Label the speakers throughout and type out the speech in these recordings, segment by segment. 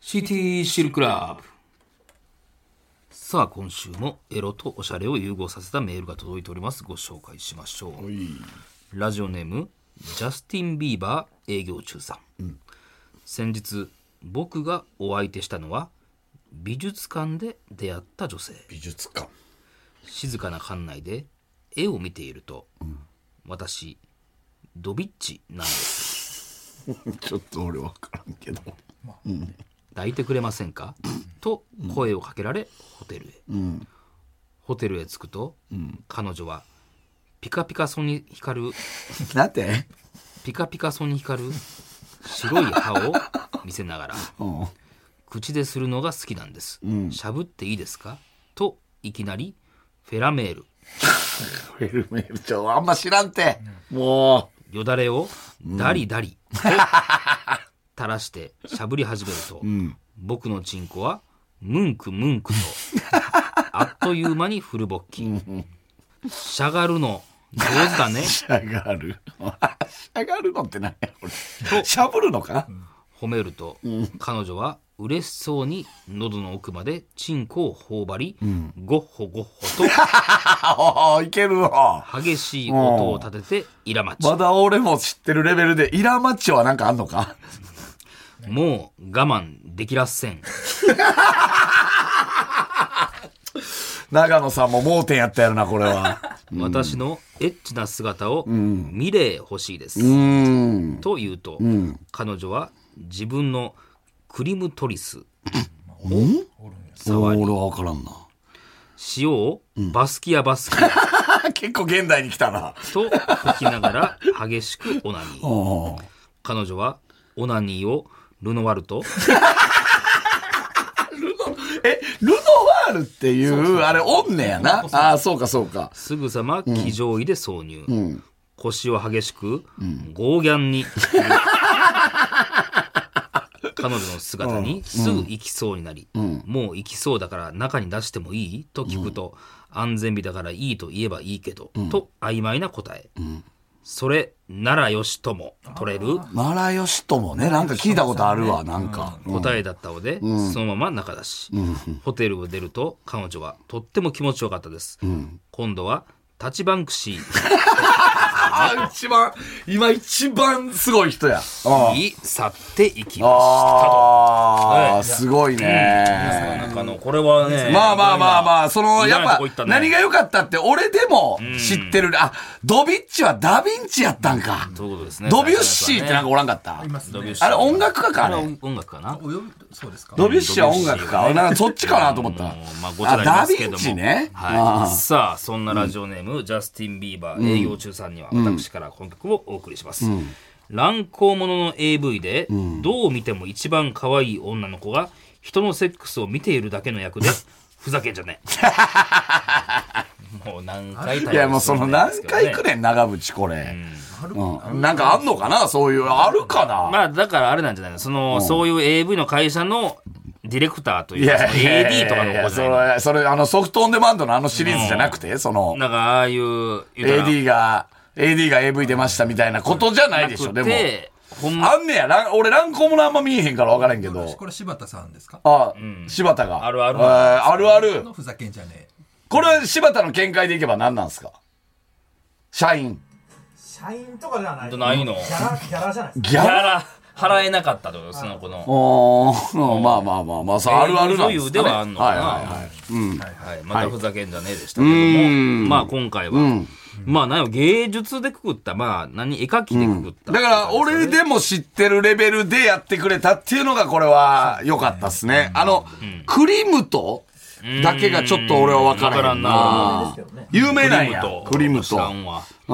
Speaker 1: シティシルクラブ。さあ、今週もエロとおしゃれを融合させたメールが届いております。ご紹介しましょう。ラジオネーム、ジャスティン・ビーバー営業中さん。先日、僕がお相手したのは、美術館で出会った女性。
Speaker 2: 美術館
Speaker 1: 静かな館内で絵を見ていると、私、ドビッチなんです。
Speaker 2: ちょっと俺分からんけど
Speaker 1: 抱いてくれませんか?」と声をかけられホテルへ、ホテルへ着くと、彼女はピカピカソに光る
Speaker 2: なんて
Speaker 1: ピカピカソに光る白い歯を見せ ながら
Speaker 2: うん
Speaker 1: 口でするのが好きなんです、しゃぶっていいですかといきなりフェラメール
Speaker 2: フェルメールちょあんま知らんて、も
Speaker 1: よだれをダリダリ と垂らしてしゃぶり始めると、僕のチンコはムンクムンクと あっという間にフル勃起しゃがるの上手だね
Speaker 2: うしゃがる しゃがるのって何や俺しゃぶるのか、
Speaker 1: 褒めると、彼女は嬉しそうに喉の奥までチンコを頬張り、ゴッホゴッホ
Speaker 2: ああいけるわ
Speaker 1: と激しい音を立ててイラマチ、
Speaker 2: まだ俺も知ってるレベルでイラマッチョはなんかあんのか
Speaker 1: もう我慢できらっせん
Speaker 2: 長野さんも盲点やったやろなこれ は
Speaker 1: 私のエッチな姿を見れ欲しいです、
Speaker 2: うーん
Speaker 1: と言うと、彼女は自分のクリムトリス
Speaker 2: 俺は分からんな
Speaker 1: 塩をバスキアバスキ ア
Speaker 2: 結構現代に来たな
Speaker 1: と吹きながら激しくオナニー
Speaker 2: うん
Speaker 1: 彼女はオナニーをルノワルト
Speaker 2: え、ルノワールっていう、あれ、おんねやな。ああ、そうか、そうか。
Speaker 1: すぐさま騎乗位で挿入、腰を激しく、ゴーギャンに 彼女の姿にすぐ行きそうになり、もう行きそうだから中に出してもいいと聞くと、安全日だからいいと言えばいいけど、と曖昧な答え、それならよしとも取れる
Speaker 2: マラヨシトもね、なんか聞いたことあるわ、なんか。
Speaker 1: 答えだったので、そのまま中出し、ホテルを出ると彼女はとっても気持ちよかったです、今度はタチバンクシー
Speaker 2: ああ、一番、今一番すごい人や。あ
Speaker 1: に去っていきま
Speaker 2: あ
Speaker 1: は
Speaker 2: ー、
Speaker 1: い
Speaker 2: すごい
Speaker 1: したと。
Speaker 2: ね。
Speaker 1: なんかあのこれはね、
Speaker 2: まあまあまあまあ、その、
Speaker 1: 意
Speaker 2: やっ
Speaker 1: 外なと
Speaker 2: ぱ
Speaker 1: こ行った、ね
Speaker 2: 何が良かったって、俺でも知ってる。あ、ドビッチはダヴィンチやったんか。
Speaker 1: そういうことですね。
Speaker 2: ドビュッシーってなんかおらんかった
Speaker 1: ドビュッシー
Speaker 2: あれ、音楽家か、あ
Speaker 1: あれ
Speaker 2: れ。
Speaker 1: 音音楽かな。
Speaker 3: およびそうですか
Speaker 2: ドビュッシーは音楽か。なんかそっちかなと思った。
Speaker 1: もうまあごちゃになりますけど
Speaker 2: あダヴィ
Speaker 1: も
Speaker 2: ンチね
Speaker 1: はい。さあそんなラジオネーム、ジャスティン・ビーバー営業中さんには私からこの曲をお送りします。乱行者の AV で、どう見ても一番可愛い女の子が人のセックスを見ているだけの 役でふざけんじゃね え。もう何回
Speaker 2: いやもうその何回く
Speaker 1: れ
Speaker 2: れん長渕これ、うんなんかあんのかなそういうあるかな、
Speaker 1: まあだからあれなんじゃないのその、そういう AV の会社のディレクターとい
Speaker 2: いう
Speaker 1: か、そ
Speaker 2: や
Speaker 1: の
Speaker 2: いやいや
Speaker 1: AD とかの子じゃないの
Speaker 2: それそれあのソフトオンデマンドのあのシリーズじゃなくて、その
Speaker 1: なんかああいう、言うたら
Speaker 2: AD が AD が AV 出ましたみたいなことじゃないでしょでも
Speaker 1: でほんま
Speaker 2: あんねやらん俺乱行もあんま見えへんから分からんけど
Speaker 3: これ柴田さんですか
Speaker 2: あ、柴田が
Speaker 1: あるある
Speaker 2: えーあるある
Speaker 3: のふざけんじゃねえ
Speaker 2: これ柴田の見解でいけば何なんですか社員
Speaker 4: 社員とかではない。
Speaker 1: ないの
Speaker 4: ギャラ、ギャラじゃないですか。
Speaker 2: ギ
Speaker 1: ギャ
Speaker 2: ャラ
Speaker 1: ラ払えなかったってことその子の。
Speaker 2: おーまあまあまあまあそうあるあるなんですか、ね、
Speaker 1: 女優ではあんのかな
Speaker 2: はいはいはい
Speaker 1: はい、またふざけんじゃねえでしたけども、まあ今回は、まあ何よ、芸術でくくった、まあ何、絵描きでくくった。
Speaker 2: だから、俺でも知ってるレベルでやってくれたっていうのが、これは良かったっすね。あの、クリムとだけがちょっと俺は分からへんな
Speaker 1: わ
Speaker 4: からんな。
Speaker 2: 有名なんや。ク
Speaker 1: クリ
Speaker 2: リム
Speaker 1: ム
Speaker 2: と。
Speaker 1: と。
Speaker 2: あ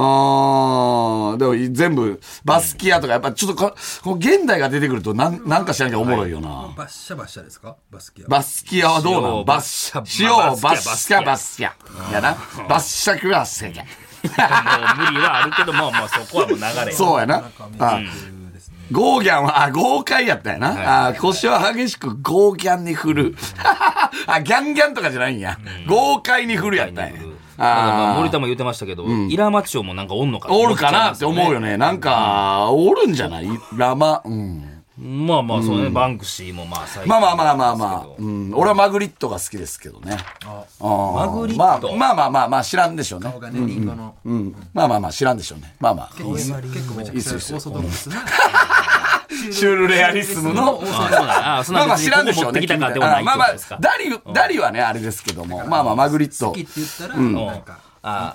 Speaker 2: ー、でも全部、バスキアとか、やっぱちょっとこ、この現代が出てくると、なんなんかしなきゃおもろいよな。
Speaker 3: バッシャバッシャですかバスキア
Speaker 2: バスキアはどうなの
Speaker 1: 塩
Speaker 2: バッシャ、塩、
Speaker 1: まあ
Speaker 2: バ
Speaker 1: バ
Speaker 2: ッ
Speaker 1: ス
Speaker 2: シ
Speaker 1: キ
Speaker 2: ャ、
Speaker 1: ア
Speaker 2: バッシャ。やな。バッシャクラッセン。
Speaker 1: もう無理はあるけど、まあまあそこはもう流れ。
Speaker 2: そうやな。あ
Speaker 3: ですね
Speaker 2: ゴーギャンは、あ豪快やったやな。あ腰は激しくゴーギャンに振 る。あ、ギャンギャンとかじゃないんや。豪快に振るやったんや。
Speaker 1: あ
Speaker 2: あ
Speaker 1: 森田も言ってましたけど、イラマチオもなんかおんのか
Speaker 2: おるかなって思うよね。なんか、おるんじゃないラマ。うん。
Speaker 1: まあまあそうね、バンクシーもまあ最近
Speaker 2: まあまあまあまあまあ
Speaker 1: で、すけ
Speaker 2: う
Speaker 1: ど
Speaker 2: ん、俺はマグリットが好きですけどね。マ
Speaker 1: マグリット
Speaker 2: まあまあまあまあまあ知らんでしょうね
Speaker 3: 顔。がね、リンゴの。
Speaker 2: うん、まあまあまあ知らんでしょうね。まあまあ。
Speaker 3: 結構結構めちゃくちゃオーソドックスな。
Speaker 2: シュールレアリスムの。
Speaker 1: あそうだあそう
Speaker 2: まあ
Speaker 1: なん
Speaker 2: まあ
Speaker 1: 別
Speaker 2: 知
Speaker 1: に
Speaker 2: らんで
Speaker 1: こ
Speaker 2: し
Speaker 1: こ持
Speaker 2: ょ
Speaker 1: っ
Speaker 2: う
Speaker 1: て
Speaker 2: ね。
Speaker 1: き
Speaker 2: 君た
Speaker 1: たか
Speaker 2: ち
Speaker 1: ではない
Speaker 2: あまあまあ
Speaker 1: ってことですか、
Speaker 2: ダリ、ダリはね、あれですけども。まあまあ、マグリット
Speaker 3: 好きっ。て言ったら、
Speaker 2: ん
Speaker 3: なんか、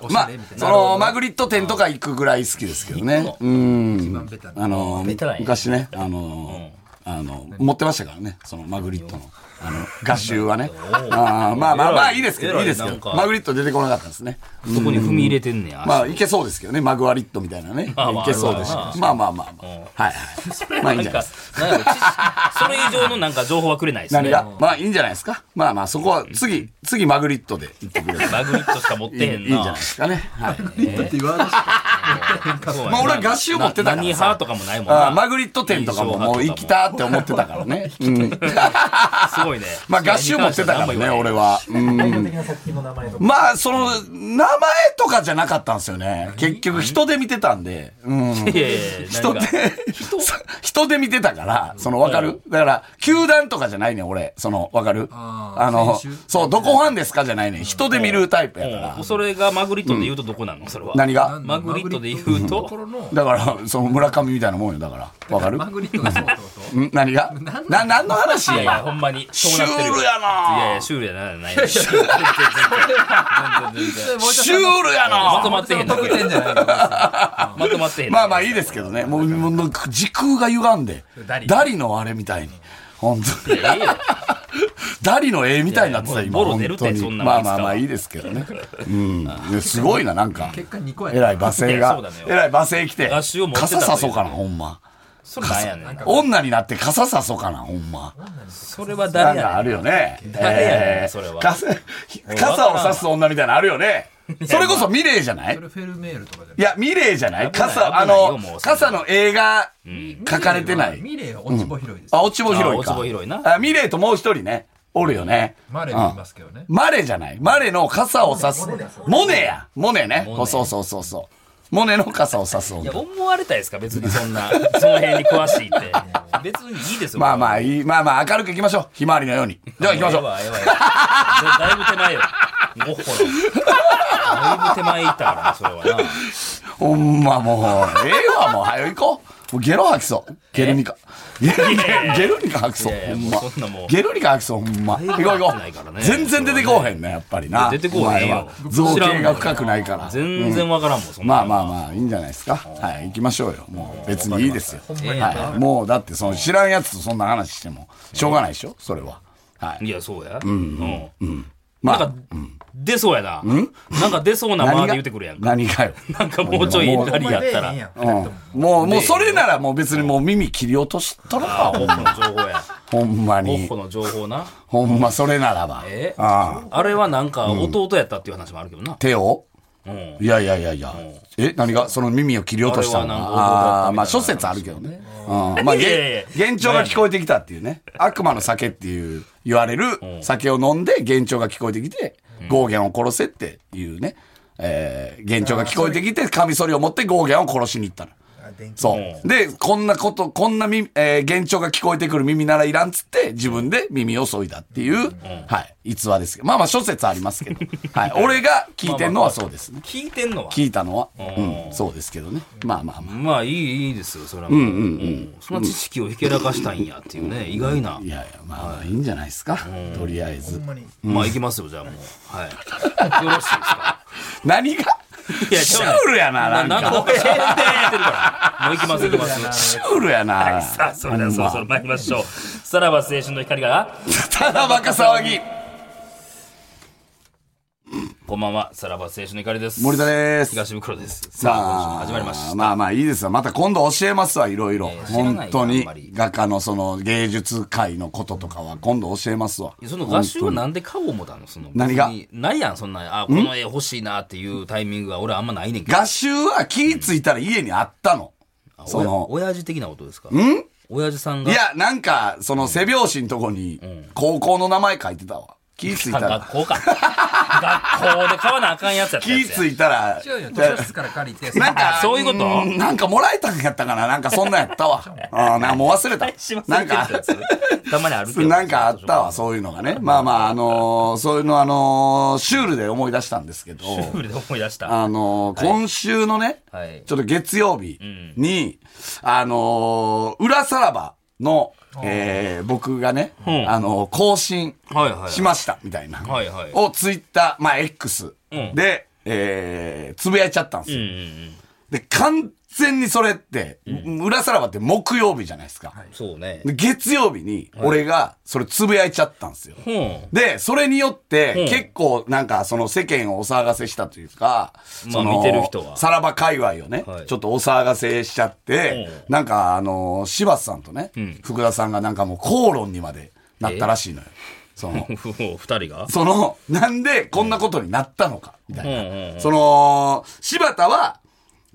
Speaker 3: おし
Speaker 2: ま
Speaker 3: ゃ
Speaker 2: あ
Speaker 3: れみた、いな。
Speaker 2: その、マグリット店とか行くぐらい好きですけどね。うん。
Speaker 3: 一番ベタな
Speaker 2: あの
Speaker 1: ベタなんや
Speaker 2: 昔ね、あのあの、持ってましたからね、そのマグリットの、あの、合集はね。あーまあまあまあ、いいですけ
Speaker 1: え
Speaker 2: ど、
Speaker 1: らい
Speaker 2: いいですけ
Speaker 1: なん
Speaker 2: ど
Speaker 1: か、
Speaker 2: マグリット出てこなかったですね。
Speaker 1: そこに踏み入れてんねや、
Speaker 2: まあ、
Speaker 1: 足
Speaker 2: いけそうですけどね、マグワリットみたいなね。い
Speaker 1: まあまあ
Speaker 2: けそうですし。
Speaker 1: まあ
Speaker 2: まあまあまあまあ。はいはい。まあいいんじ
Speaker 1: な
Speaker 2: ゃないで
Speaker 1: んか
Speaker 2: すか。
Speaker 1: なんやろ知識それ以上のなんか情報はくれないです
Speaker 2: 何
Speaker 1: ね
Speaker 2: がまあいいんじゃないですか。まあまあ、そこは次、次マグリットで行ってくれる。
Speaker 1: マグリットしか持 っ
Speaker 2: いい
Speaker 1: て
Speaker 2: い
Speaker 1: へ
Speaker 2: いん
Speaker 1: ん
Speaker 2: じ
Speaker 1: な
Speaker 2: ゃないですかね。はい。
Speaker 3: だって言わんし
Speaker 1: そうやな
Speaker 2: まあ俺は合衆持ってたからさ
Speaker 1: な何派とかもないもん
Speaker 2: あー
Speaker 1: な
Speaker 2: マグリット店とかももう行きたって思ってたから ね。うん。
Speaker 1: すごいね
Speaker 2: まあ合集持ってたからね、俺は。うん
Speaker 4: 代表的な作品の名前とか。
Speaker 2: まあ、その、名前とかじゃなかったんですよね。結局、人で見てたんで。うん。
Speaker 1: いやいやいや
Speaker 2: 人
Speaker 1: な
Speaker 2: で
Speaker 1: んか、
Speaker 2: 人で見てたから、その、わかるだから、球団とかじゃないねん、俺。その、わかる
Speaker 3: あ
Speaker 2: あ
Speaker 3: ー
Speaker 2: の
Speaker 3: 選手、
Speaker 2: そう、どこファンですかじゃないねん。人で見るタイプやか
Speaker 1: うん
Speaker 2: ら。
Speaker 1: それがマグリットで言うとどこなのそれは
Speaker 2: 何が
Speaker 1: マグリットで言うと
Speaker 3: マグリットのとこ
Speaker 2: だから、その、村上みたいなもんよ、だから。わか
Speaker 3: ろ
Speaker 2: る
Speaker 3: の、マグリットがそうって こと
Speaker 2: ん何がな、何の話
Speaker 1: いやいやほんまにそうなってる
Speaker 2: シュールやない
Speaker 1: やいやシュールやな ないシュール全然全然全然全然
Speaker 2: シュールや
Speaker 1: まと
Speaker 2: な
Speaker 1: まってへんだ
Speaker 3: 得点
Speaker 1: け
Speaker 3: じゃないか
Speaker 1: まとまってへん
Speaker 2: まあまあいいですけどね。もう、もうなんか時空が歪んで
Speaker 3: ダリ、
Speaker 2: ダリのあれみたいに。本当に。
Speaker 1: いやいいよ
Speaker 2: ダリの絵みたいになって
Speaker 1: いや
Speaker 2: た、
Speaker 1: いや
Speaker 2: 今。
Speaker 1: ボロ出る
Speaker 2: 本
Speaker 1: って
Speaker 2: 当に
Speaker 1: そんな
Speaker 2: まあ
Speaker 1: もんいつか
Speaker 2: ま
Speaker 1: は
Speaker 2: あまあいいですけどね。うん。ねすごいな、なんか。
Speaker 3: 結果2個や
Speaker 2: えらい罵声
Speaker 1: いやそう
Speaker 2: が
Speaker 1: だね。
Speaker 2: えらい罵声来て。
Speaker 1: 合衆を持ってたという
Speaker 2: 傘さそうかな、ほんま。
Speaker 1: それなんやねん
Speaker 2: 女になって傘さそうかな、ほんま。
Speaker 1: それは
Speaker 2: なん
Speaker 1: 誰
Speaker 2: かあ
Speaker 1: やね
Speaker 2: るよね。
Speaker 1: 誰やねん
Speaker 2: えー
Speaker 1: それは
Speaker 2: 傘傘をさす女みたいなのあるよね。それこそミレーじゃない
Speaker 3: それフェルメールとかじゃない
Speaker 2: いや、ミレーじゃない
Speaker 1: 危ない
Speaker 2: 傘、あ
Speaker 1: 危ないよ
Speaker 2: の
Speaker 1: もう、それ
Speaker 2: 傘の映画、書かれてない。
Speaker 3: ミレーは落ち穂広いです
Speaker 2: あ、落ち穂広いか。
Speaker 1: あ落ち穂広いな
Speaker 2: あ、ミレーともう一人ね。おるよね。
Speaker 3: マレーもいますけどね
Speaker 2: マレーじゃない。マレーの傘を差す
Speaker 4: モネだ。
Speaker 2: モネや。モネね。
Speaker 1: モネ
Speaker 2: そうそうそうそう。モネの傘を差す
Speaker 1: んいや
Speaker 2: 女。
Speaker 1: 思われたいですか別にそんな その辺に詳しいって別にいいですよ
Speaker 2: まあまあ
Speaker 1: い
Speaker 2: いい。まあまあ明るく行きましょう。ひまわりのように。では行きましょう。
Speaker 1: だいぶ手前よゴッホのだいぶ手前いったからなそれ はな
Speaker 2: ほんまもう、ええわ、もう、早よ行こう。もうゲロ吐きそう。ゲルニカ。ゲルニカ
Speaker 1: いやいや
Speaker 2: ゲルニカ吐きそう。
Speaker 1: いやいや
Speaker 2: ほん
Speaker 1: もうそんなも
Speaker 2: ま
Speaker 1: う。
Speaker 2: ゲルニカ吐きそう、ほんま。行こう行こ
Speaker 1: ないから
Speaker 2: う。
Speaker 1: ね
Speaker 2: 全然出てこうへんね、やっぱりな。
Speaker 1: 出てこうへんよ
Speaker 2: お前は造形が深くないから。
Speaker 1: 全然わからんもんそんな
Speaker 2: まあまあまあ、いいんじゃないですか。はい、行きましょうよ。もう、別にいいですよ。
Speaker 1: まに
Speaker 2: はい。もう、だって、その、知らんやつとそんな話しても、しょうがないでしょ、それは。はい。
Speaker 1: いやそうやうん
Speaker 2: ま
Speaker 1: なん
Speaker 2: あ
Speaker 1: か、出そうやななんか出そうなま
Speaker 2: 何
Speaker 1: で
Speaker 2: が
Speaker 1: 言うてくるやんか
Speaker 2: 何がよ。
Speaker 1: なんかもうちょいなりやったら
Speaker 3: ら
Speaker 2: うんもう、もう、それならもう別にもう耳切り落としとら
Speaker 1: あゴッホの情報や
Speaker 2: ほんま
Speaker 1: ゴッ
Speaker 2: に
Speaker 1: ホ。の情報な
Speaker 2: ほんま、それならば。
Speaker 1: え
Speaker 2: ああ
Speaker 1: あれはなんか弟やったっていう話もあるけどな
Speaker 2: 手を
Speaker 1: うん
Speaker 2: いやいやいやいや。え、何がその耳を切り落としたのか
Speaker 1: あれはなん
Speaker 2: あ
Speaker 1: か男だったみたいな
Speaker 2: あ、まあ諸説あるけどね。うん。まあ、
Speaker 1: いやいやい
Speaker 2: げ
Speaker 1: や
Speaker 2: 幻聴が聞こえてきたっていうね。悪魔の酒っていう、言われる酒を飲んで幻聴が聞こえてきて、ゴーゲンを殺せっていうね。えー、幻聴が聞こえてきて、カミソリを持ってゴーゲンを殺しに行ったの。そう。で、こんなこと、こんなみ、えー、幻聴が聞こえてくる耳ならいらんっつって、自分で耳を削いだっていう、はい、逸話ですけど。まあまあ、諸説ありますけ ど。はい。俺が聞いてんのはそうですね。
Speaker 1: 聞いてんのは
Speaker 2: 聞いたのは、うん、そうですけどね。まあまあま
Speaker 1: まあいいいいですよそれはもううんそんな知識をひけらかしたいんやっていうね意外な
Speaker 2: あ。いやいや、まあまあいいんじゃないですか。とりあえず。
Speaker 1: まあ行きますよじゃあもうはいよろしいですか
Speaker 2: 何が
Speaker 1: いや
Speaker 2: シュールやな、なん
Speaker 1: なんか
Speaker 2: か。
Speaker 1: 僕宣伝やってるからもう行きます行きます
Speaker 2: シュールやな。
Speaker 1: さあ それではそろそろ参りましょうさらば青春の光が
Speaker 2: ただバカ騒ぎ。
Speaker 1: こんばんはさらば青春の光です
Speaker 2: 森田です。
Speaker 1: 東袋ですさ
Speaker 2: さ
Speaker 1: あ
Speaker 2: あ、
Speaker 1: 始まりました
Speaker 2: まあまあいいですよ。また今度教えますわ、いろいろ。
Speaker 1: 知らないな
Speaker 2: 本当
Speaker 1: あん
Speaker 2: に
Speaker 1: まり。
Speaker 2: 画家のその芸術界のこととかは今度教えますわ。
Speaker 1: その画集を
Speaker 2: 本当に
Speaker 1: なんで買おう思ったのその
Speaker 2: 何が
Speaker 1: 別にないやんそんなあこの絵欲しいなっていうタイミングが俺あんまないねんけど
Speaker 2: 画集は気ついたら家にあったの。その、
Speaker 1: 親父的なことですかん親父さん
Speaker 2: い
Speaker 1: が
Speaker 2: や、なんか、その背表紙のとこに、高校の名前書いてたわ。気ついたら。
Speaker 1: 学校か 学校で買わなあかんやつやった
Speaker 2: 気
Speaker 1: や
Speaker 2: ぃ
Speaker 1: つ
Speaker 2: つ
Speaker 1: や
Speaker 2: いたら
Speaker 3: 違うよ図書室から借りて
Speaker 2: なんか、
Speaker 1: そういうこと
Speaker 2: んなんかもらえたんやったかななんかそんなんやったわ。ああ、なんかもう忘れた。なんか、
Speaker 1: たまにあるけど
Speaker 2: なんかあったわ、そういうのがね。まあまあ、あのーそういうのあのーシュールで思い出したんですけど、
Speaker 1: シュールで思い出した
Speaker 2: あのー今週のね、
Speaker 1: はい
Speaker 2: ちょっと月曜日に、あのー裏さらばの、えー僕がね、
Speaker 1: ん
Speaker 2: あのー更新
Speaker 1: はいはい
Speaker 2: しました、みたいな。
Speaker 1: はいはい
Speaker 2: をツイッター、まあ X
Speaker 1: うん
Speaker 2: で、えーつぶやいちゃったんですよ
Speaker 1: うん。うん
Speaker 2: で、完全にそれって、裏さらばって木曜日じゃないですか。
Speaker 1: うんそうね
Speaker 2: で月曜日に、俺が、それつぶやいちゃったんですよ。
Speaker 1: うんはい
Speaker 2: で、それによっ
Speaker 1: う
Speaker 2: て
Speaker 1: ん、
Speaker 2: 結構なんか、その世間をお騒がせしたというか、
Speaker 1: まあ
Speaker 2: その
Speaker 1: 見てる人は
Speaker 2: さらば界隈をね、
Speaker 1: はい
Speaker 2: ちょっとお騒がせしちゃって、なんか、あの、柴田さんとね、
Speaker 1: ん
Speaker 2: 福田さんがなんかもう口論にまでなったらしいのよ。その、
Speaker 1: 二人が
Speaker 2: その、なんでこんなことになったのか、みた
Speaker 1: うんうん
Speaker 2: いうな。その、柴田は、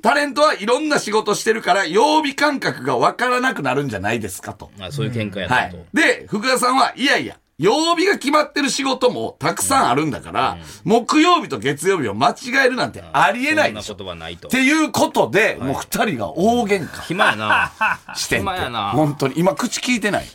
Speaker 2: タレントはいろんな仕事してるから、曜日感覚がわからなくなるんじゃないですかと。
Speaker 1: あそういう喧嘩やっ
Speaker 2: は
Speaker 1: たと
Speaker 2: い。で、福田さんは、いやいや、曜日が決まってる仕事もたくさんあるんだから、木曜日と月曜日を間違えるなんてありえないでし
Speaker 1: そ
Speaker 2: ょ。
Speaker 1: んなことはないと
Speaker 2: っていうことで、もう二人が大喧嘩
Speaker 1: 暇 やな
Speaker 2: してんて
Speaker 1: 暇やな
Speaker 2: 本当に。今、口聞いてない。
Speaker 1: い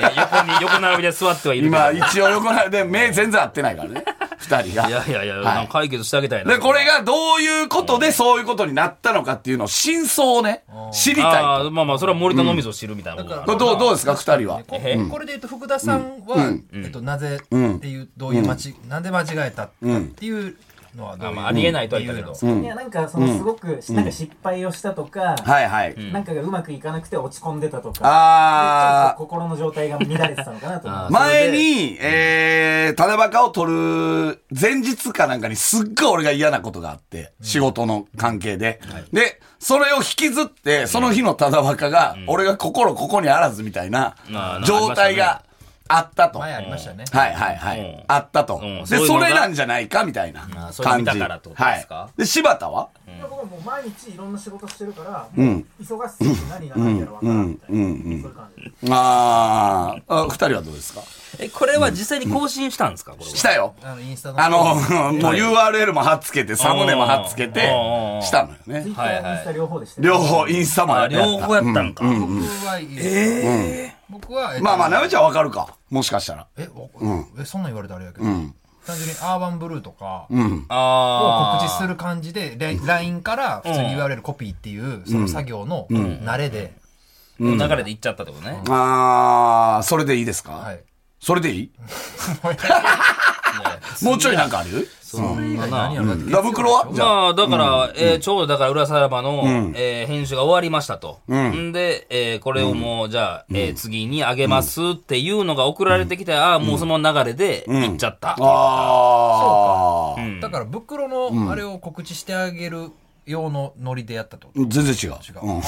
Speaker 1: や横に横並びで座ってはいるけど
Speaker 2: 今、一応横並びで目全然合ってないからね。二人が。
Speaker 1: いやいやいや、
Speaker 2: はい
Speaker 1: なんか解決してあげたいな。
Speaker 2: で、これがどういうことでそういうことになったのかっていうのを真相をね、知りたい
Speaker 1: あ
Speaker 2: と。
Speaker 1: ーまあまあ、それは森田のみぞ知るみたいなことだ
Speaker 2: こ
Speaker 1: な
Speaker 2: れどう、どうですか、二人は。
Speaker 3: ここれで言うと福田さんは、えっと、なぜっていうどういう間違なんで間違えたっていうのはどう
Speaker 1: あ
Speaker 3: いう
Speaker 1: まあありえないとは言ったけど。
Speaker 4: いやなんかそのすごくなんか失敗をしたとか、
Speaker 2: はいはい。
Speaker 4: なんかがうまくいかなくて落ち込んでたとか、
Speaker 2: あ
Speaker 4: ちょっと心の状態が乱れてたのかなと思い
Speaker 1: あ
Speaker 4: ま
Speaker 2: ー、前に、えー、タネバカを取る前日かなんかにすっごい俺が嫌なことがあって、仕事の関係で。で、それを引きずって、その日のタネバカが、俺が心ここにあらずみたいな
Speaker 1: あー
Speaker 2: 状態があったと。
Speaker 3: 前ありましたね
Speaker 2: はいはいはい。
Speaker 1: うん
Speaker 2: あったと。
Speaker 1: うん
Speaker 2: で
Speaker 1: そう
Speaker 2: そ
Speaker 1: いうのが
Speaker 2: れなんじゃないかみたいな
Speaker 1: あ
Speaker 2: 感じ。
Speaker 1: そういうの見たからってことですか
Speaker 2: はい、で、柴田は、
Speaker 4: す。いや僕はもう毎日いろんな仕事してるから、もう忙しすぎて何が何やらわからんみたいな、そういう感じ。
Speaker 2: あーあ、二人はどうですか
Speaker 1: え、これは実際に更新したんですかこれは。
Speaker 2: したよ。
Speaker 3: あのインスタの
Speaker 2: あの、もう URL も貼っつけて、サムネも貼っつけて
Speaker 1: うん、
Speaker 2: したのよね
Speaker 4: ツイ。ッタ
Speaker 1: はい
Speaker 4: ー、
Speaker 1: はい
Speaker 4: インスタ両方でしてる。
Speaker 2: 両方、インスタもや
Speaker 1: あ
Speaker 2: った。
Speaker 1: 両方やったんか。
Speaker 3: 僕はええ僕はえっと
Speaker 2: まあまあ、なめちゃんわかるか。もしかしたら。
Speaker 3: えわえそんなん言われたらあれやけど単純にアーバンブルーとかを
Speaker 1: あ
Speaker 3: 告知する感じでレ LINE から普通に URL コピーっていうその作業の慣れで
Speaker 1: ーもう流れで行っちゃったってことね。
Speaker 2: あー、それでいいです
Speaker 3: は
Speaker 2: か
Speaker 3: い
Speaker 2: それでいいもうちょいなんかある
Speaker 3: それ以外何やろだって
Speaker 2: ラブクロはじゃあ。
Speaker 1: まあ、だから、えーちょうどだから、裏さらばの、えー編集が終わりましたと。んで、えーこれをもう、じゃあ、えー次にあげますっていうのが送られてきて、ああ、もうその流れで行っちゃった。
Speaker 2: あー。
Speaker 3: だから袋のあれを告知してあげる用のノリでやったってこと
Speaker 2: 全然違う。うん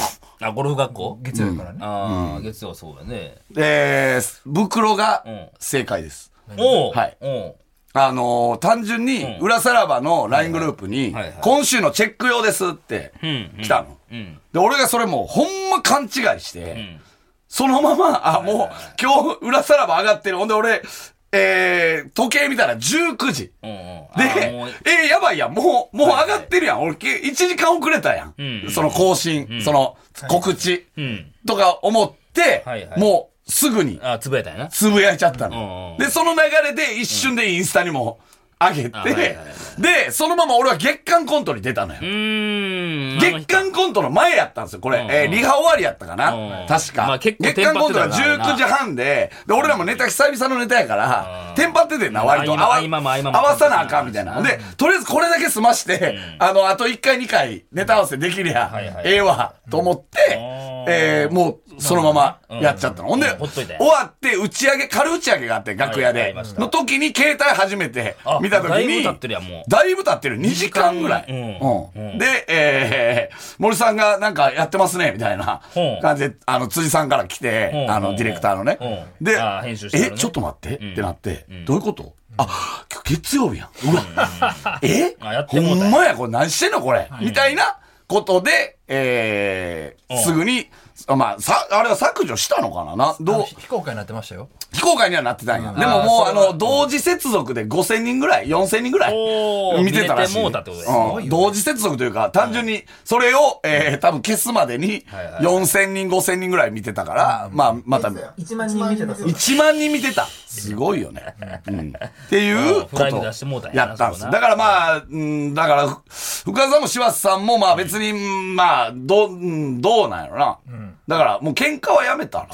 Speaker 1: あ、ゴルフ学校
Speaker 3: 月曜日からね
Speaker 1: ああ、月曜そうだね。
Speaker 2: えー、袋が
Speaker 1: ん
Speaker 2: 正解です。
Speaker 1: おう
Speaker 2: はい
Speaker 1: おう
Speaker 2: あのー単純に、裏さらばの LINE グループに
Speaker 1: はいはい、
Speaker 2: 今週のチェック用ですって来たの。
Speaker 1: うん。
Speaker 2: で、俺がそれもうほんま勘違いして、そのまま、あ、もう今日裏さらば上がってる。ほんで俺、えー、時計見たら19時。
Speaker 1: うんうん。あ
Speaker 2: で、
Speaker 1: ーもう
Speaker 2: えー、やばいやん、もう、もう上がってるやん。俺、け1時間遅れたやん。
Speaker 1: んうん
Speaker 2: その更新、その告知
Speaker 1: うん。
Speaker 2: とか思って、
Speaker 1: はいはい
Speaker 2: もうすぐに
Speaker 1: あ、つぶやいたんやな。
Speaker 2: つぶやいちゃった
Speaker 1: うんうん
Speaker 2: の。で、その流れで一瞬でインスタにも上げて、
Speaker 1: はいはいはい
Speaker 2: で、そのまま俺は月間コントに出たのよ
Speaker 1: う。ーん。
Speaker 2: 月間コントの前やったんですよ、これ。
Speaker 1: うんうん
Speaker 2: えーリハ終わりやったか
Speaker 1: うんう
Speaker 2: な、
Speaker 1: ん
Speaker 2: 確か。
Speaker 1: まあ結構
Speaker 2: 月間コントが
Speaker 1: テンパってたからな
Speaker 2: 19時半で、で、俺らもネタ久々のネタやから
Speaker 1: うん、
Speaker 2: テンパっててんな、割と。
Speaker 1: 合間
Speaker 2: わ
Speaker 1: 合間も合間も
Speaker 2: 合わさなあかんみたいな。
Speaker 1: うん
Speaker 2: で、とりあえずこれだけ済まして、あの、あと1回2回ネタ合わせできりゃ
Speaker 1: はいはい、
Speaker 2: ええわ、と思って、
Speaker 1: うん
Speaker 2: えーもうそのままやっちゃったの。ほんで、
Speaker 1: うんほっと
Speaker 2: 終
Speaker 1: いて
Speaker 2: わって打ち上げ、軽打ち上げがあって、楽屋
Speaker 1: はいあ
Speaker 2: で
Speaker 1: りまし。た
Speaker 2: の時に携帯初めて
Speaker 1: あ
Speaker 2: 見た時
Speaker 1: だいぶ
Speaker 2: に
Speaker 1: 経っ、てるやん、もう。
Speaker 2: だいぶ経ってる。2時間ぐらい。
Speaker 1: うん
Speaker 2: うんで、えー、森さんがなんかやってますね、みたいな
Speaker 1: うん
Speaker 2: 感じで、あの、辻さんから来て、
Speaker 1: うん
Speaker 2: あの、ディレクターのね
Speaker 1: う。ん
Speaker 2: で
Speaker 1: あー編集、してる
Speaker 2: え、
Speaker 1: ね
Speaker 2: ちょっと待ってってなって、どういうことあ、今日月曜日やん。うわ。え
Speaker 1: あやって
Speaker 2: ほ
Speaker 1: もうたんや
Speaker 2: んまや、これ何してんのこれ。みたいなことで、え
Speaker 1: う
Speaker 2: ー、
Speaker 1: ん
Speaker 2: すぐに、あまあ、さ、あれは削除したのかなな、
Speaker 3: あ
Speaker 2: ど
Speaker 3: の
Speaker 2: う、
Speaker 3: 非公開になってましたよ。
Speaker 2: 非公開にはなってたんや。で
Speaker 3: あ
Speaker 2: も
Speaker 3: ー
Speaker 2: もう、あ
Speaker 3: そう
Speaker 2: の、同時接続で5000人ぐらい、4000人ぐら
Speaker 1: お
Speaker 2: い、
Speaker 1: ー
Speaker 2: 見てたらしい。
Speaker 1: 見れてもうたってことです
Speaker 2: うん
Speaker 1: すごいよね
Speaker 2: 同時接続というか、単純に、それを、えー、多分消すまでに、4000人、5000人ぐらい見てたから、まあ、また、
Speaker 4: 1万人見てたそう
Speaker 2: 1万人見てた。すごいよね。うんっていうこ
Speaker 1: フライング出してもう
Speaker 2: と
Speaker 1: たんやな
Speaker 2: やったんです。
Speaker 1: そ
Speaker 2: だ
Speaker 1: こ
Speaker 2: か
Speaker 1: な
Speaker 2: らまあ、うんだから、ふ深田さんも柴田さんもまあ別に、まあ、どう、うんどうなんやろな。だからもう喧嘩はやめた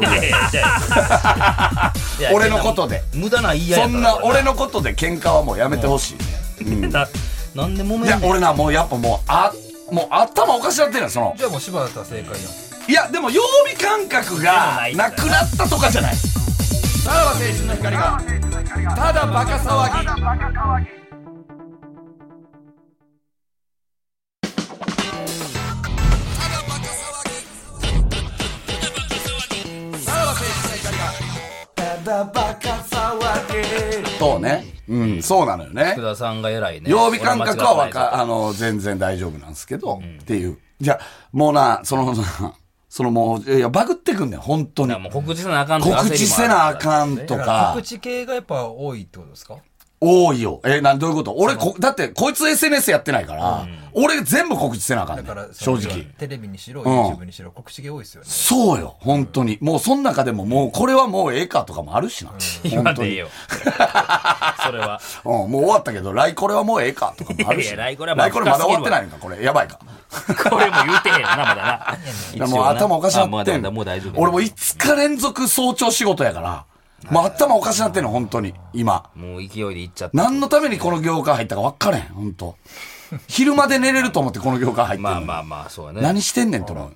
Speaker 2: な。
Speaker 1: いやいやいやいや
Speaker 2: 俺のことで。
Speaker 1: 無駄な言い合い
Speaker 2: そ
Speaker 1: や
Speaker 2: ん
Speaker 1: から
Speaker 2: な俺のことで喧嘩はもうやめてほしいね。
Speaker 1: ななんで揉めん
Speaker 2: い
Speaker 1: ね
Speaker 2: や
Speaker 1: ん、
Speaker 2: 俺な、もうやっぱもう、あ、もう頭おかしなってるよ、その。
Speaker 3: じゃあもう柴田さん正解やん。
Speaker 2: いや、でも曜日感覚がなくなったとかじゃない。さらば青春の光が、ただバカ騒ぎ。そうね。うん、そうなのよね
Speaker 1: 福。田さんが偉いね
Speaker 2: 曜日感覚はわ
Speaker 1: 俺
Speaker 2: か、あの、全然大丈夫なんですけど、っていう。じゃもうな、その、そのそのもう、いや、バグってくんねん、本当に
Speaker 1: 間違ってないだから。もう告知せなあかん
Speaker 2: 告知せなあかんと
Speaker 1: とか
Speaker 3: だから
Speaker 2: か
Speaker 3: 告、知系がやっぱ多いってことですか
Speaker 2: 多いよ。え、なん、どういうこと俺こ、だって、こいつ SNS やってないから、俺全部告知せなあかんね
Speaker 3: だから
Speaker 2: ん、
Speaker 3: そ
Speaker 2: 正
Speaker 3: の
Speaker 2: 直。
Speaker 3: テレビにしろ、
Speaker 2: ん
Speaker 3: YouTube にしろ、告知系多いですよね。
Speaker 2: そうよ、本当に。もう、その中でも、もう、これはもうええかとかもあるしな。
Speaker 1: 言わ
Speaker 2: 本
Speaker 1: ん
Speaker 2: 当
Speaker 1: でええ
Speaker 2: に。
Speaker 1: よそれは
Speaker 2: うん、もう終わったけど、来これはもうええかとかもあるし。
Speaker 1: いやいや
Speaker 2: 来
Speaker 1: 来
Speaker 2: こ
Speaker 1: こ
Speaker 2: れ
Speaker 1: れは
Speaker 2: ま
Speaker 1: まあ
Speaker 2: だ終わってないんか、これ。やばいか。
Speaker 1: これも言うてへんよなまだ
Speaker 2: いや
Speaker 1: な
Speaker 2: もう頭おかしな
Speaker 1: あま
Speaker 2: って
Speaker 1: だ
Speaker 2: んの
Speaker 1: もう大丈夫
Speaker 2: 俺もう5日連続早朝仕事やから、もう頭おかしなってんの、本当に、今。
Speaker 1: もう勢いでいっちゃった
Speaker 2: 何のためにこの業界入ったか分からへん、本当昼まで寝れると思ってこの業界入ってんの。
Speaker 1: まあまあまあそうやね
Speaker 2: 何してんねんと思うね。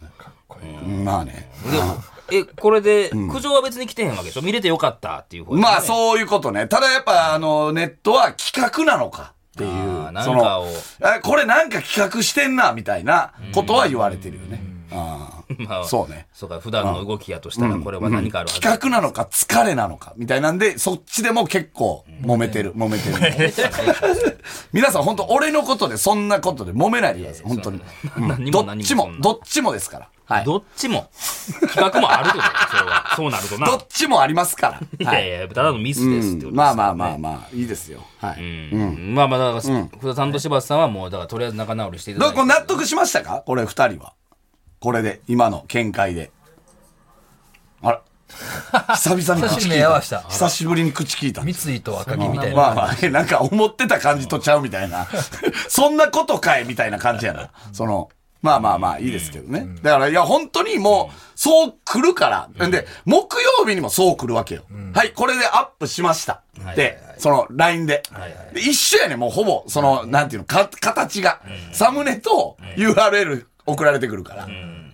Speaker 2: うんまあね。
Speaker 1: でもえこれで苦情は別に来てへんわけでしょ見れてよかったっていう方やね
Speaker 2: まあそういうことね。ただやっぱ、あの、ネットは企画なのかっていう
Speaker 1: あー、なんか
Speaker 2: その
Speaker 1: を、
Speaker 2: あこれなんか企画してんな、みたいなことは言われてるよね。あー
Speaker 1: まあ
Speaker 2: そうね。
Speaker 1: そうか普段の動きやとしたらこれは何かあるはず
Speaker 2: 企画なのか疲れなのかみたいなんで、そっちでも結構揉めてる、揉めてる。皆さん本当俺のことでそんなことで揉めないでください、本当に。
Speaker 1: そんな
Speaker 2: うん
Speaker 1: 何
Speaker 2: ど
Speaker 1: も
Speaker 2: っ
Speaker 1: 何も
Speaker 2: ち
Speaker 1: そ
Speaker 2: も
Speaker 1: ん、な
Speaker 2: どっちもですから。はい。ど
Speaker 1: どっちも企画もあるっ てことだよそれはそうなるとな
Speaker 2: っちもありますか
Speaker 1: い
Speaker 2: ら。は
Speaker 1: や
Speaker 2: い。
Speaker 1: いやただのミス
Speaker 2: う
Speaker 1: ですって
Speaker 2: ん
Speaker 1: ことですよね
Speaker 2: まあまあまあまあ、いいですよ。はい。
Speaker 1: うんまあまあ、だから、福田さんと柴田さんはもう、だから、とりあえず仲直りしていた
Speaker 2: ど
Speaker 1: だ
Speaker 2: う
Speaker 1: い
Speaker 2: こ
Speaker 1: て。
Speaker 2: れ納得しましたかこれ二人は。これで、今の見解で。 あら。久々に
Speaker 3: 久し
Speaker 2: 口
Speaker 3: ぶり
Speaker 2: 聞い
Speaker 3: に目合
Speaker 2: た。
Speaker 3: わせた
Speaker 2: 久しぶりに口聞いた。
Speaker 3: 三井と赤木みたいな。
Speaker 2: まあまあ、えなんか思ってた感じとちゃうみたいな。 そんなことかいみたいな感じやな。その、まあまあまあ、いいですけどね。だから、いや、本当にもう、そう来るから。んで、木曜日にもそう来るわけよ。はい、これでアップしました。で、その、LINE で。で一緒やねんもうほぼ、その、なんていうの、か、形が。サムネと URL 送られてくるから。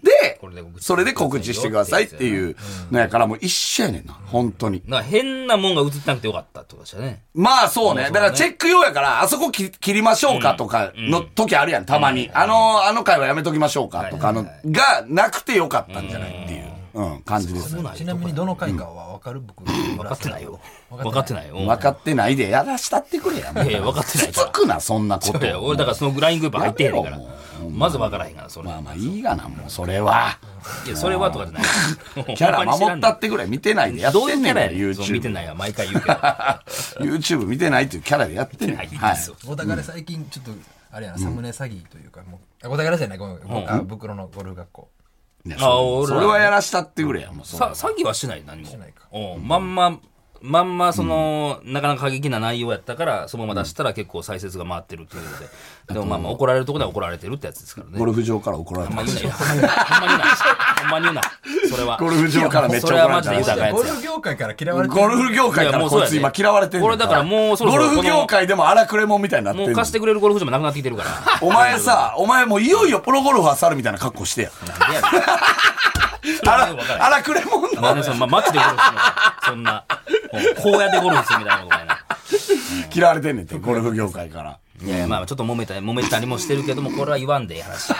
Speaker 2: で
Speaker 1: これで告、知
Speaker 2: それで告知してくださいっていうのやから、もう一緒やねんな。本当に。
Speaker 1: なんか変なもんが映ってなくてよかったってことでしたね。
Speaker 2: まあそうね。
Speaker 1: そうそう
Speaker 2: だか
Speaker 1: ね
Speaker 2: らチェック用やから、あそこ切切りましょうかとかの時あるやん、たまに。あの、あの回はやめときましょうかとかの、がなくてよかったんじゃないっていう、うん、感じです。
Speaker 3: ちなみにどの回かは分かる僕。分
Speaker 1: 分かってないよ。分かってないよ。うん
Speaker 2: 分かってないでやらしたってくれや。もう
Speaker 1: いやいや分かってない
Speaker 2: つ
Speaker 1: から
Speaker 2: つくな、そんなこ
Speaker 1: いやいや
Speaker 2: と。
Speaker 1: 俺、だから、そのグライングループ入ってへんねんから
Speaker 2: やめろ。
Speaker 1: まず分からへんから、それ。
Speaker 2: まあまあいいがな、もうそれは。
Speaker 1: いや、それはとかじゃない。。
Speaker 2: キャラ守ったっててぐらい見てないでやっ
Speaker 1: どうい
Speaker 2: て
Speaker 1: うんキ
Speaker 2: ねん
Speaker 1: ャラ
Speaker 2: から、
Speaker 1: やねんそう見て
Speaker 2: YouTube。
Speaker 1: ないわ、毎回言 うけど。
Speaker 2: YouTube 見てないっていうキャラでやってんねん。
Speaker 1: いやいい
Speaker 2: は
Speaker 1: です
Speaker 2: い
Speaker 1: よ。。
Speaker 3: お互い最近ちょっと、あれやな、サムネ詐欺というか、もう、あお互いじゃない、ごめん、僕あ袋のゴルフ学校。
Speaker 2: いや
Speaker 1: あ俺
Speaker 2: そ
Speaker 1: ら
Speaker 2: れそれはやらしたってくれや、もうそれ
Speaker 1: さ詐欺はしない、何も。
Speaker 3: ないか
Speaker 1: おまんま、まんま、その、なかなか過激な内容やったから、そのまま出したら結構再生が回ってるっていうことで。 でもまあまあ、怒られるところでは怒られてるってやつですからね。
Speaker 2: ゴルフ場から怒られ
Speaker 1: ほんま
Speaker 2: た。
Speaker 1: 言うなよ。ほんま言うな。ほんま言うな。それは。
Speaker 2: ゴルフ場からめっちゃ怒られた
Speaker 1: それはマジで豊かや
Speaker 3: ゴ
Speaker 1: つ
Speaker 3: ル
Speaker 1: や
Speaker 3: フ業界から嫌われてる。
Speaker 2: ゴルフ業界か
Speaker 1: いや
Speaker 2: ら
Speaker 1: もうそう
Speaker 2: こい
Speaker 1: や
Speaker 2: つ
Speaker 1: で
Speaker 2: 今嫌われてる
Speaker 1: 俺だからもうそろそろ
Speaker 2: ゴルフ業界でも荒くれもんみたいになって
Speaker 1: も
Speaker 2: る
Speaker 1: う貸してくれるゴルフ場もなくなってきてるから。
Speaker 2: お前 さお前もういよいよプロゴルファー猿みたいな格好してや
Speaker 1: なんでやねん
Speaker 2: 荒
Speaker 1: わからん
Speaker 2: 荒くれもん
Speaker 1: なんで
Speaker 2: の
Speaker 1: その、ま、街でゴルフするのか。そんな、もう荒野でゴルフするみたいなことやな。
Speaker 2: 嫌われてんねん てゴルフ業界から
Speaker 1: いやいやまあちょっと揉めたり、揉めたりもしてるけども、これは言わんでえ え話。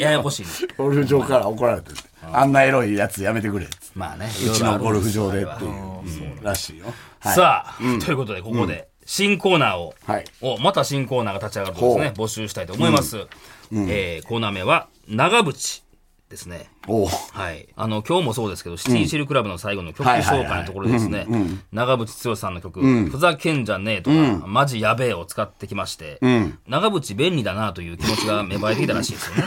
Speaker 1: やややこしいね。
Speaker 2: ゴルフ場から怒られてるあんなエロいやつやめてくれっつって
Speaker 1: まあね。
Speaker 2: うちのゴルフ場で
Speaker 1: い
Speaker 2: っ
Speaker 1: ろいろあ
Speaker 2: て
Speaker 1: る
Speaker 2: い
Speaker 1: んです
Speaker 2: うらしいよ
Speaker 1: けどさあ、ということで、ここで、新コーナーを、
Speaker 2: はい
Speaker 1: お、また新コーナーが立ち上がるとですね、募集したいと思います。えーコーナー名は、長渕ですね。
Speaker 2: おう
Speaker 1: はい。あの、今日もそうですけど、シティシェルクラブの最後の曲紹介のところですね、長渕剛さんの曲、ふざけんじゃねえとか、マジやべえを使ってきまして、長渕便利だなという気持ちが芽生えてきたらしいですよね。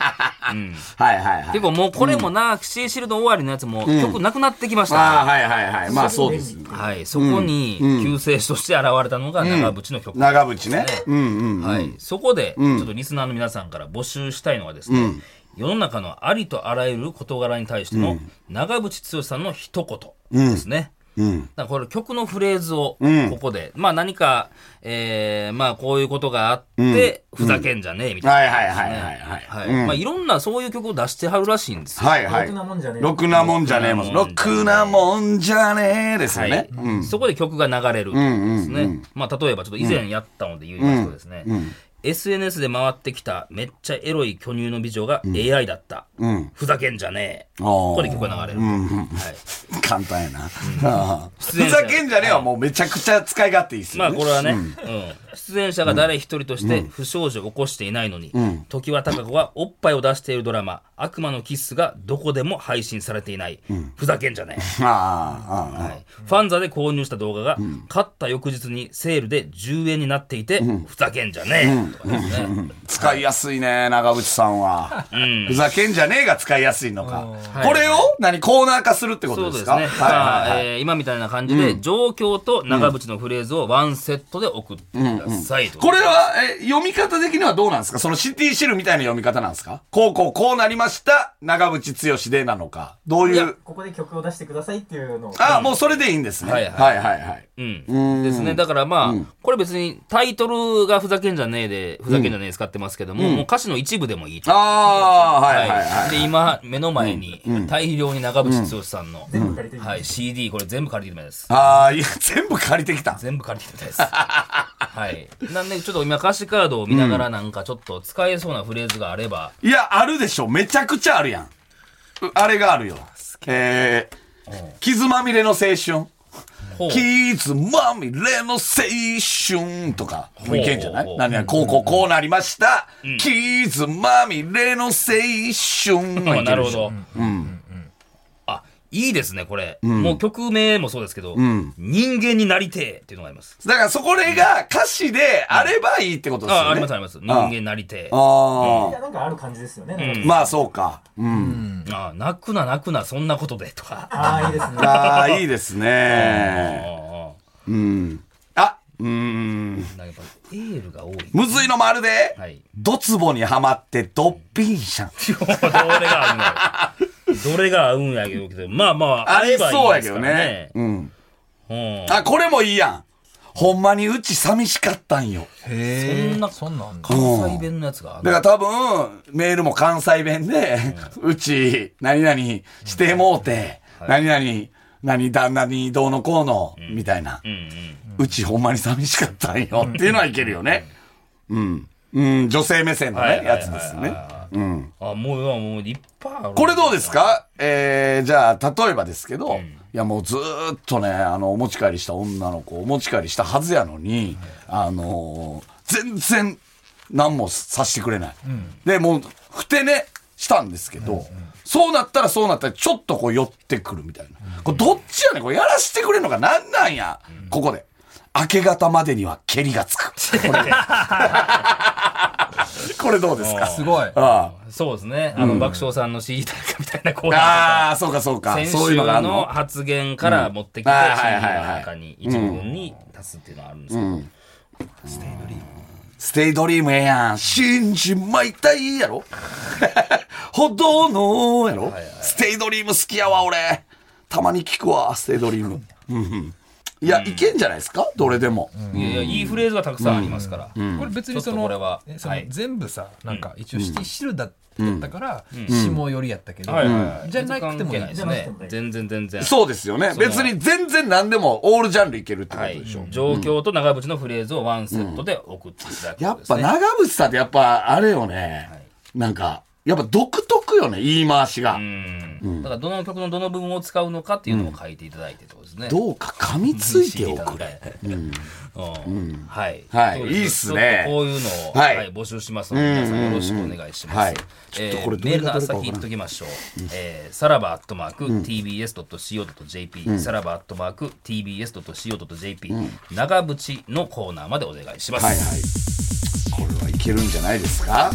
Speaker 2: はいはいはい
Speaker 1: 結。構もうこれもな、シティシェルの終わりのやつも曲なくなってきましたね、
Speaker 2: ああ、はいはいはい。まあそうです。
Speaker 1: はい。そこに救世主として現れたのが長渕の曲。
Speaker 2: 長渕ね。うんうん。
Speaker 1: はい、そこで、ちょっとリスナーの皆さんから募集したいのはですね、世の中のありとあらゆる事柄に対しての長渕剛さんの一言ですね。だからこれ曲のフレーズをここで、まあ何か、えーまあこういうことがあって、ふざけんじゃねえみた
Speaker 2: はいいはい
Speaker 1: な、
Speaker 2: はい
Speaker 1: ね
Speaker 2: はいはい。
Speaker 1: はいまあいろんなそういう曲を出してはるらしいんですよ。
Speaker 2: はいはい。
Speaker 4: ろくなもんじゃねえ
Speaker 2: ろくなもんじゃねえもん。ろくなもんじゃねえですよね。うん
Speaker 1: そこで曲が流れるってことですね、まあ、例えばちょっと以前やったので言いますとですね、SNS で回ってきためっちゃエロい巨乳の美女が AI だった、ふざけんじゃね
Speaker 2: お
Speaker 1: え
Speaker 2: ー
Speaker 1: ここで曲が流れる、はい、
Speaker 2: 簡単やな。ああふ
Speaker 1: 出演者
Speaker 2: ざけんじゃねえはもうめちゃくちゃ使い勝手いいっす
Speaker 1: ま
Speaker 2: よ
Speaker 1: あ
Speaker 2: ね。
Speaker 1: これはね、うん出演者が誰一人として不祥事を起こしていないのに、常盤貴子がおっぱいを出しているドラマ「悪魔のキッス」がどこでも配信されていない、ふざけんじゃねえ
Speaker 2: ああああ、
Speaker 1: はいファンザで購入した動画が、買った翌日にセールで10円になっていて、ふざけんじゃねえとかですね。
Speaker 2: 使いやすいね、長渕さんは。ふざけんじゃねえが使いやすいのか。これを何コーナー化するってこ
Speaker 1: そ
Speaker 2: と
Speaker 1: う
Speaker 2: で
Speaker 1: ですす
Speaker 2: かは
Speaker 1: ね。
Speaker 2: いはい
Speaker 1: ま
Speaker 2: は
Speaker 1: あ
Speaker 2: い。
Speaker 1: えー今みたいな感じで、状況と長渕のフレーズをワンセットで送ってくださいと。
Speaker 2: これは、え、読み方的にはどうなんですかそのシティシェルみたいな読み方なんですかこうこうこうなりました、長渕剛でなのか。どういう。
Speaker 4: ここで曲を出してくださいっていうのを。
Speaker 2: あ、もうそれでいいんですね。は
Speaker 1: はいい
Speaker 2: は
Speaker 1: はい
Speaker 2: はい。
Speaker 1: うん、ですね。だからまあ、これ別にタイトルがふざけんじゃねえで、ふざけんじゃねえ使ってますけども、もう歌詞の一部でもいいと。
Speaker 2: ああ、はいはい
Speaker 1: は、
Speaker 2: はいい。
Speaker 1: で今目の前に大量に長渕剛さんの、
Speaker 4: 全部借りてきた
Speaker 1: はい、CD これ全部借りてきたんです
Speaker 2: ああ、いや、全部借りてきた。
Speaker 1: 全部借りてみたいです。はい。なんで、ちょっと今歌詞カードを見ながらなんかちょっと使えそうなフレーズがあれば、
Speaker 2: いや、あるでしょ。めちゃくちゃあるやん。うあれがあるよ。えー、傷まみれの青春。
Speaker 1: ほう
Speaker 2: 傷まみれの青春とか、もういけんじゃな
Speaker 1: ほ
Speaker 2: いう何々こうこうこうなりました。傷まみれの青春もいけるでしょ。
Speaker 1: あなるほど。あ、いいですね、これ。もう曲名もそうですけど、人間になりてえっていうのがあります。
Speaker 2: だからそこれが歌詞であればいいってことですよね。
Speaker 1: あ、ありますあります。人間になりてえ。
Speaker 2: あ
Speaker 4: いやなんかある感じですよね。なんか
Speaker 2: ーまあそうか。うん。
Speaker 1: あ、泣くな泣くな、そんなことで、とか。
Speaker 4: ああ、いいですね。
Speaker 2: ああ、いいですね。
Speaker 1: あ
Speaker 2: あ、うーん。
Speaker 1: あ、なんかエールが多い。
Speaker 2: むずいのもあるで。
Speaker 1: はい。
Speaker 2: ドツボにはまってドッピンシャン。
Speaker 1: どれが合うんや。どれが合うんやけど、まあまあ、
Speaker 2: あり
Speaker 1: ばい
Speaker 2: そう
Speaker 1: い
Speaker 2: や
Speaker 1: で
Speaker 2: け
Speaker 1: す
Speaker 2: ど
Speaker 1: から
Speaker 2: ね。。うん。
Speaker 1: うん。
Speaker 2: あ、これもいいやん。ほんまにうち寂しかったんよ。
Speaker 3: へえ。
Speaker 1: そんな
Speaker 3: そんなんあんの
Speaker 1: 関西弁のやつがある
Speaker 2: だから多分、メールも関西弁で、うち、何々してもうて、何々、何旦那にどうのこうの、みたいな。うちほんまに寂しかったんよっていうのはいけるよね。うん。うん、女性目線の
Speaker 1: はい
Speaker 2: ね、
Speaker 1: はいはいは
Speaker 2: や
Speaker 1: い
Speaker 2: つですね。うん。
Speaker 1: あ、もう、もう、立派ある
Speaker 2: これどうですかえー、じゃあ、例えばですけど、いやもうずーっとね、あの、お持ち帰りした女の子、お持ち帰りしたはずやのに、あのー全然、何もさしてくれない。で、もう、ふてね、したんですけど、そうなったらそうなったら、ちょっとこう寄ってくるみたいな。これどっちやねん、これやらしてくれんのかなんなんや、ここで。明け方までには蹴りがつく。こ れこれどうですか
Speaker 3: すごい。
Speaker 2: ああ。
Speaker 1: そうですね。あの、爆笑さんの CD 大会みたいなコーナー
Speaker 2: ああ、そうかそうか。
Speaker 1: 先
Speaker 2: そうい
Speaker 1: 週
Speaker 2: うのがあるの
Speaker 1: の発言から持ってきて、
Speaker 2: うん
Speaker 1: CD
Speaker 2: あ
Speaker 1: の
Speaker 2: ーはいはいはい
Speaker 1: 中に一文に足すっていうのはあるんですけど、
Speaker 2: ステイドリームええやん。信じまいたいやろ ほどのやろ、ステイドリーム好きやわ、俺。たまに聞くわ、ステイドリーム。うんうんいや、いけんじゃないですかどれでも。
Speaker 1: いやいや、いいフレーズがたくさんありますから。
Speaker 3: これ別
Speaker 1: ちょっ
Speaker 3: に
Speaker 1: と
Speaker 3: その
Speaker 1: これは
Speaker 3: えその
Speaker 1: はい
Speaker 3: 全部さなんか一応シティシルだったから下寄りやったけど
Speaker 1: はいはいはい
Speaker 3: じゃなくてもいい
Speaker 1: 関係ないですね。全然全然。
Speaker 2: そうですよね。別に全然何でもオールジャンルいけるってこ
Speaker 1: は
Speaker 2: と
Speaker 1: い
Speaker 2: でしょ。。
Speaker 1: 状況と長渕のフレーズをワンセットで送っていただく
Speaker 2: やっ
Speaker 1: ことです
Speaker 2: ぱ
Speaker 1: ね。
Speaker 2: 長渕さんってやっぱあれよね。なんか、やっぱ独特よね、言い回しが。
Speaker 1: うんだからどの曲のどの部分を使うのかっていうのを書いていただいてってことですね。
Speaker 2: どうか噛みついておくれ。
Speaker 1: うんはい。
Speaker 2: はい
Speaker 1: とうこと
Speaker 2: いいっすね
Speaker 1: ちょっとこういうのを、
Speaker 2: は
Speaker 1: はいい募集しますので、皆さんよろしくお願いします。
Speaker 2: はい
Speaker 1: え
Speaker 2: ちょっとこれ
Speaker 1: ー
Speaker 2: どう
Speaker 1: メ
Speaker 2: い
Speaker 1: ー
Speaker 2: う
Speaker 1: ル
Speaker 2: 方か
Speaker 1: の宛
Speaker 2: 分からん
Speaker 1: 先言っときましょう。えーさらばアットマーク tbs.co.jp、さらばアットマーク tbs.co.jp、長渕のコーナーまでお願いします。
Speaker 2: はいはい。これはいけるんじゃないですか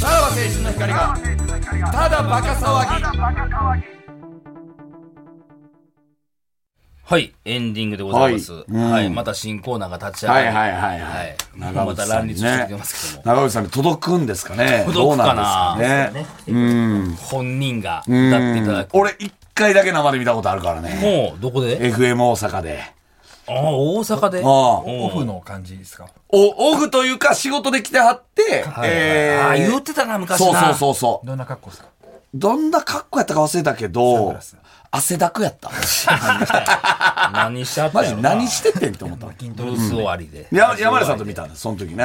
Speaker 2: さらば青春の光がただバカ騒ぎ
Speaker 1: はい、エンディングでございます。
Speaker 2: は
Speaker 1: はいい、
Speaker 2: うん
Speaker 1: また新コーナーが立ち上
Speaker 2: は
Speaker 1: が
Speaker 2: い
Speaker 1: り、
Speaker 2: はいはいは
Speaker 1: はい
Speaker 2: い。
Speaker 1: また乱立してきますけども、
Speaker 2: 長渕さんに届くんですかね
Speaker 1: 届くか
Speaker 2: ど
Speaker 1: な
Speaker 2: うなんですかね。
Speaker 1: 本人が歌っていただく。
Speaker 2: 俺一回だけ生で見たことあるからね。
Speaker 1: もう、どこで
Speaker 2: FM 大阪で。
Speaker 1: ああ、大阪で。
Speaker 2: ああ
Speaker 3: オフの感じですか
Speaker 2: おオフというか仕事で来てはって、えー
Speaker 1: ああ、言ってたな、昔
Speaker 2: そう
Speaker 1: な。
Speaker 2: そうそうそう。
Speaker 3: どんな格好ですか
Speaker 2: どんな格好やったか忘れたけど
Speaker 3: ラス、
Speaker 2: 汗だくや った。
Speaker 1: 何しちゃった
Speaker 2: マ
Speaker 1: んや
Speaker 2: ジ
Speaker 1: ろな
Speaker 2: 何してってんって思った。
Speaker 1: ブース終わりで。
Speaker 2: や山根さんと見たんだ、その時ね。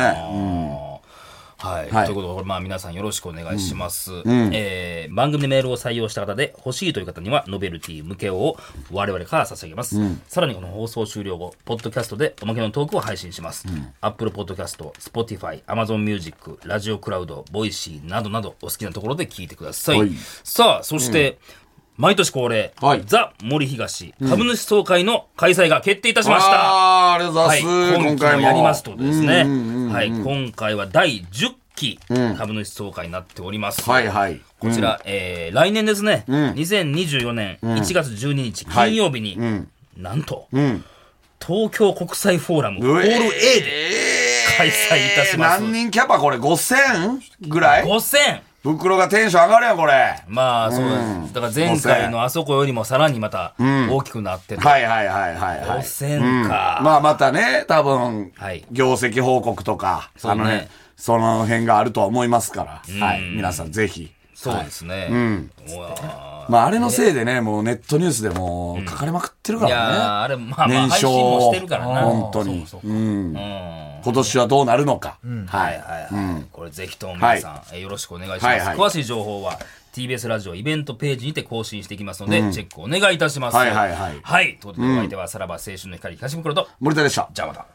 Speaker 1: はい、
Speaker 2: はい
Speaker 1: ということで、まあ、皆さんよろしくお願いします、えー番組でメールを採用した方で欲しいという方にはノベルティ向けを我々から差し上げます、さらにこの放送終了後ポッドキャストでおまけのトークを配信します、アップルポッドキャスト Spotify アマゾンミュージックラジオクラウドボイシーなどなどお好きなところで聞いてください、
Speaker 2: はい
Speaker 1: さあそして、毎年恒例、
Speaker 2: はい
Speaker 1: ザ・森東株主総会の開催が決定いたしました、
Speaker 2: あーありがとうございます。
Speaker 1: はい、
Speaker 2: 今回
Speaker 1: 今回
Speaker 2: も。
Speaker 1: もやりますってことですね。はい、今回は第10期株主総会になっております。
Speaker 2: はいはい。
Speaker 1: こちら、えー来年ですね、2024年1月12日
Speaker 2: はい
Speaker 1: 金曜日に、なんと、
Speaker 2: ん
Speaker 1: 東京国際フォーラム、
Speaker 2: う
Speaker 1: オール A で
Speaker 2: えー
Speaker 1: 開催いたします
Speaker 2: 何人キャパこれ ?5000 ぐらい
Speaker 1: 5000
Speaker 2: 袋がテンション上がるやん、これ。は
Speaker 1: まあそうです、だから前回のあそこよりもさらにまた大きくなってて、
Speaker 2: いはいはいはいはい。
Speaker 1: 5000か、
Speaker 2: まあまたね、多分
Speaker 1: はい、
Speaker 2: 業績報告とか、
Speaker 1: そ
Speaker 2: あ
Speaker 1: うね
Speaker 2: のね、その辺があるとは思いますから、はい、皆さんぜひ。
Speaker 1: そうですね、うわー
Speaker 2: まああれのせいでね、もうネットニュースでもう書かれまくってるか
Speaker 1: いやー
Speaker 2: ら
Speaker 1: あ
Speaker 2: ね。
Speaker 1: れまあまあ
Speaker 2: 年
Speaker 1: 配信
Speaker 2: 商
Speaker 1: もしてるからな
Speaker 2: 本当に。
Speaker 3: そうそう
Speaker 2: うん
Speaker 1: うん
Speaker 2: 今年はどうなるのか。は
Speaker 1: はい
Speaker 2: い。
Speaker 1: はいはい、これぜひとも皆さん、えーよろしくお願いします、
Speaker 2: はいはい
Speaker 1: 詳しい情報は TBS ラジオイベントページにて更新していきますので、チェックお願いいたします
Speaker 2: はいはいはい
Speaker 1: はいということでお相手はさらば青春の光東袋と
Speaker 2: 森田でした。
Speaker 1: じゃあまた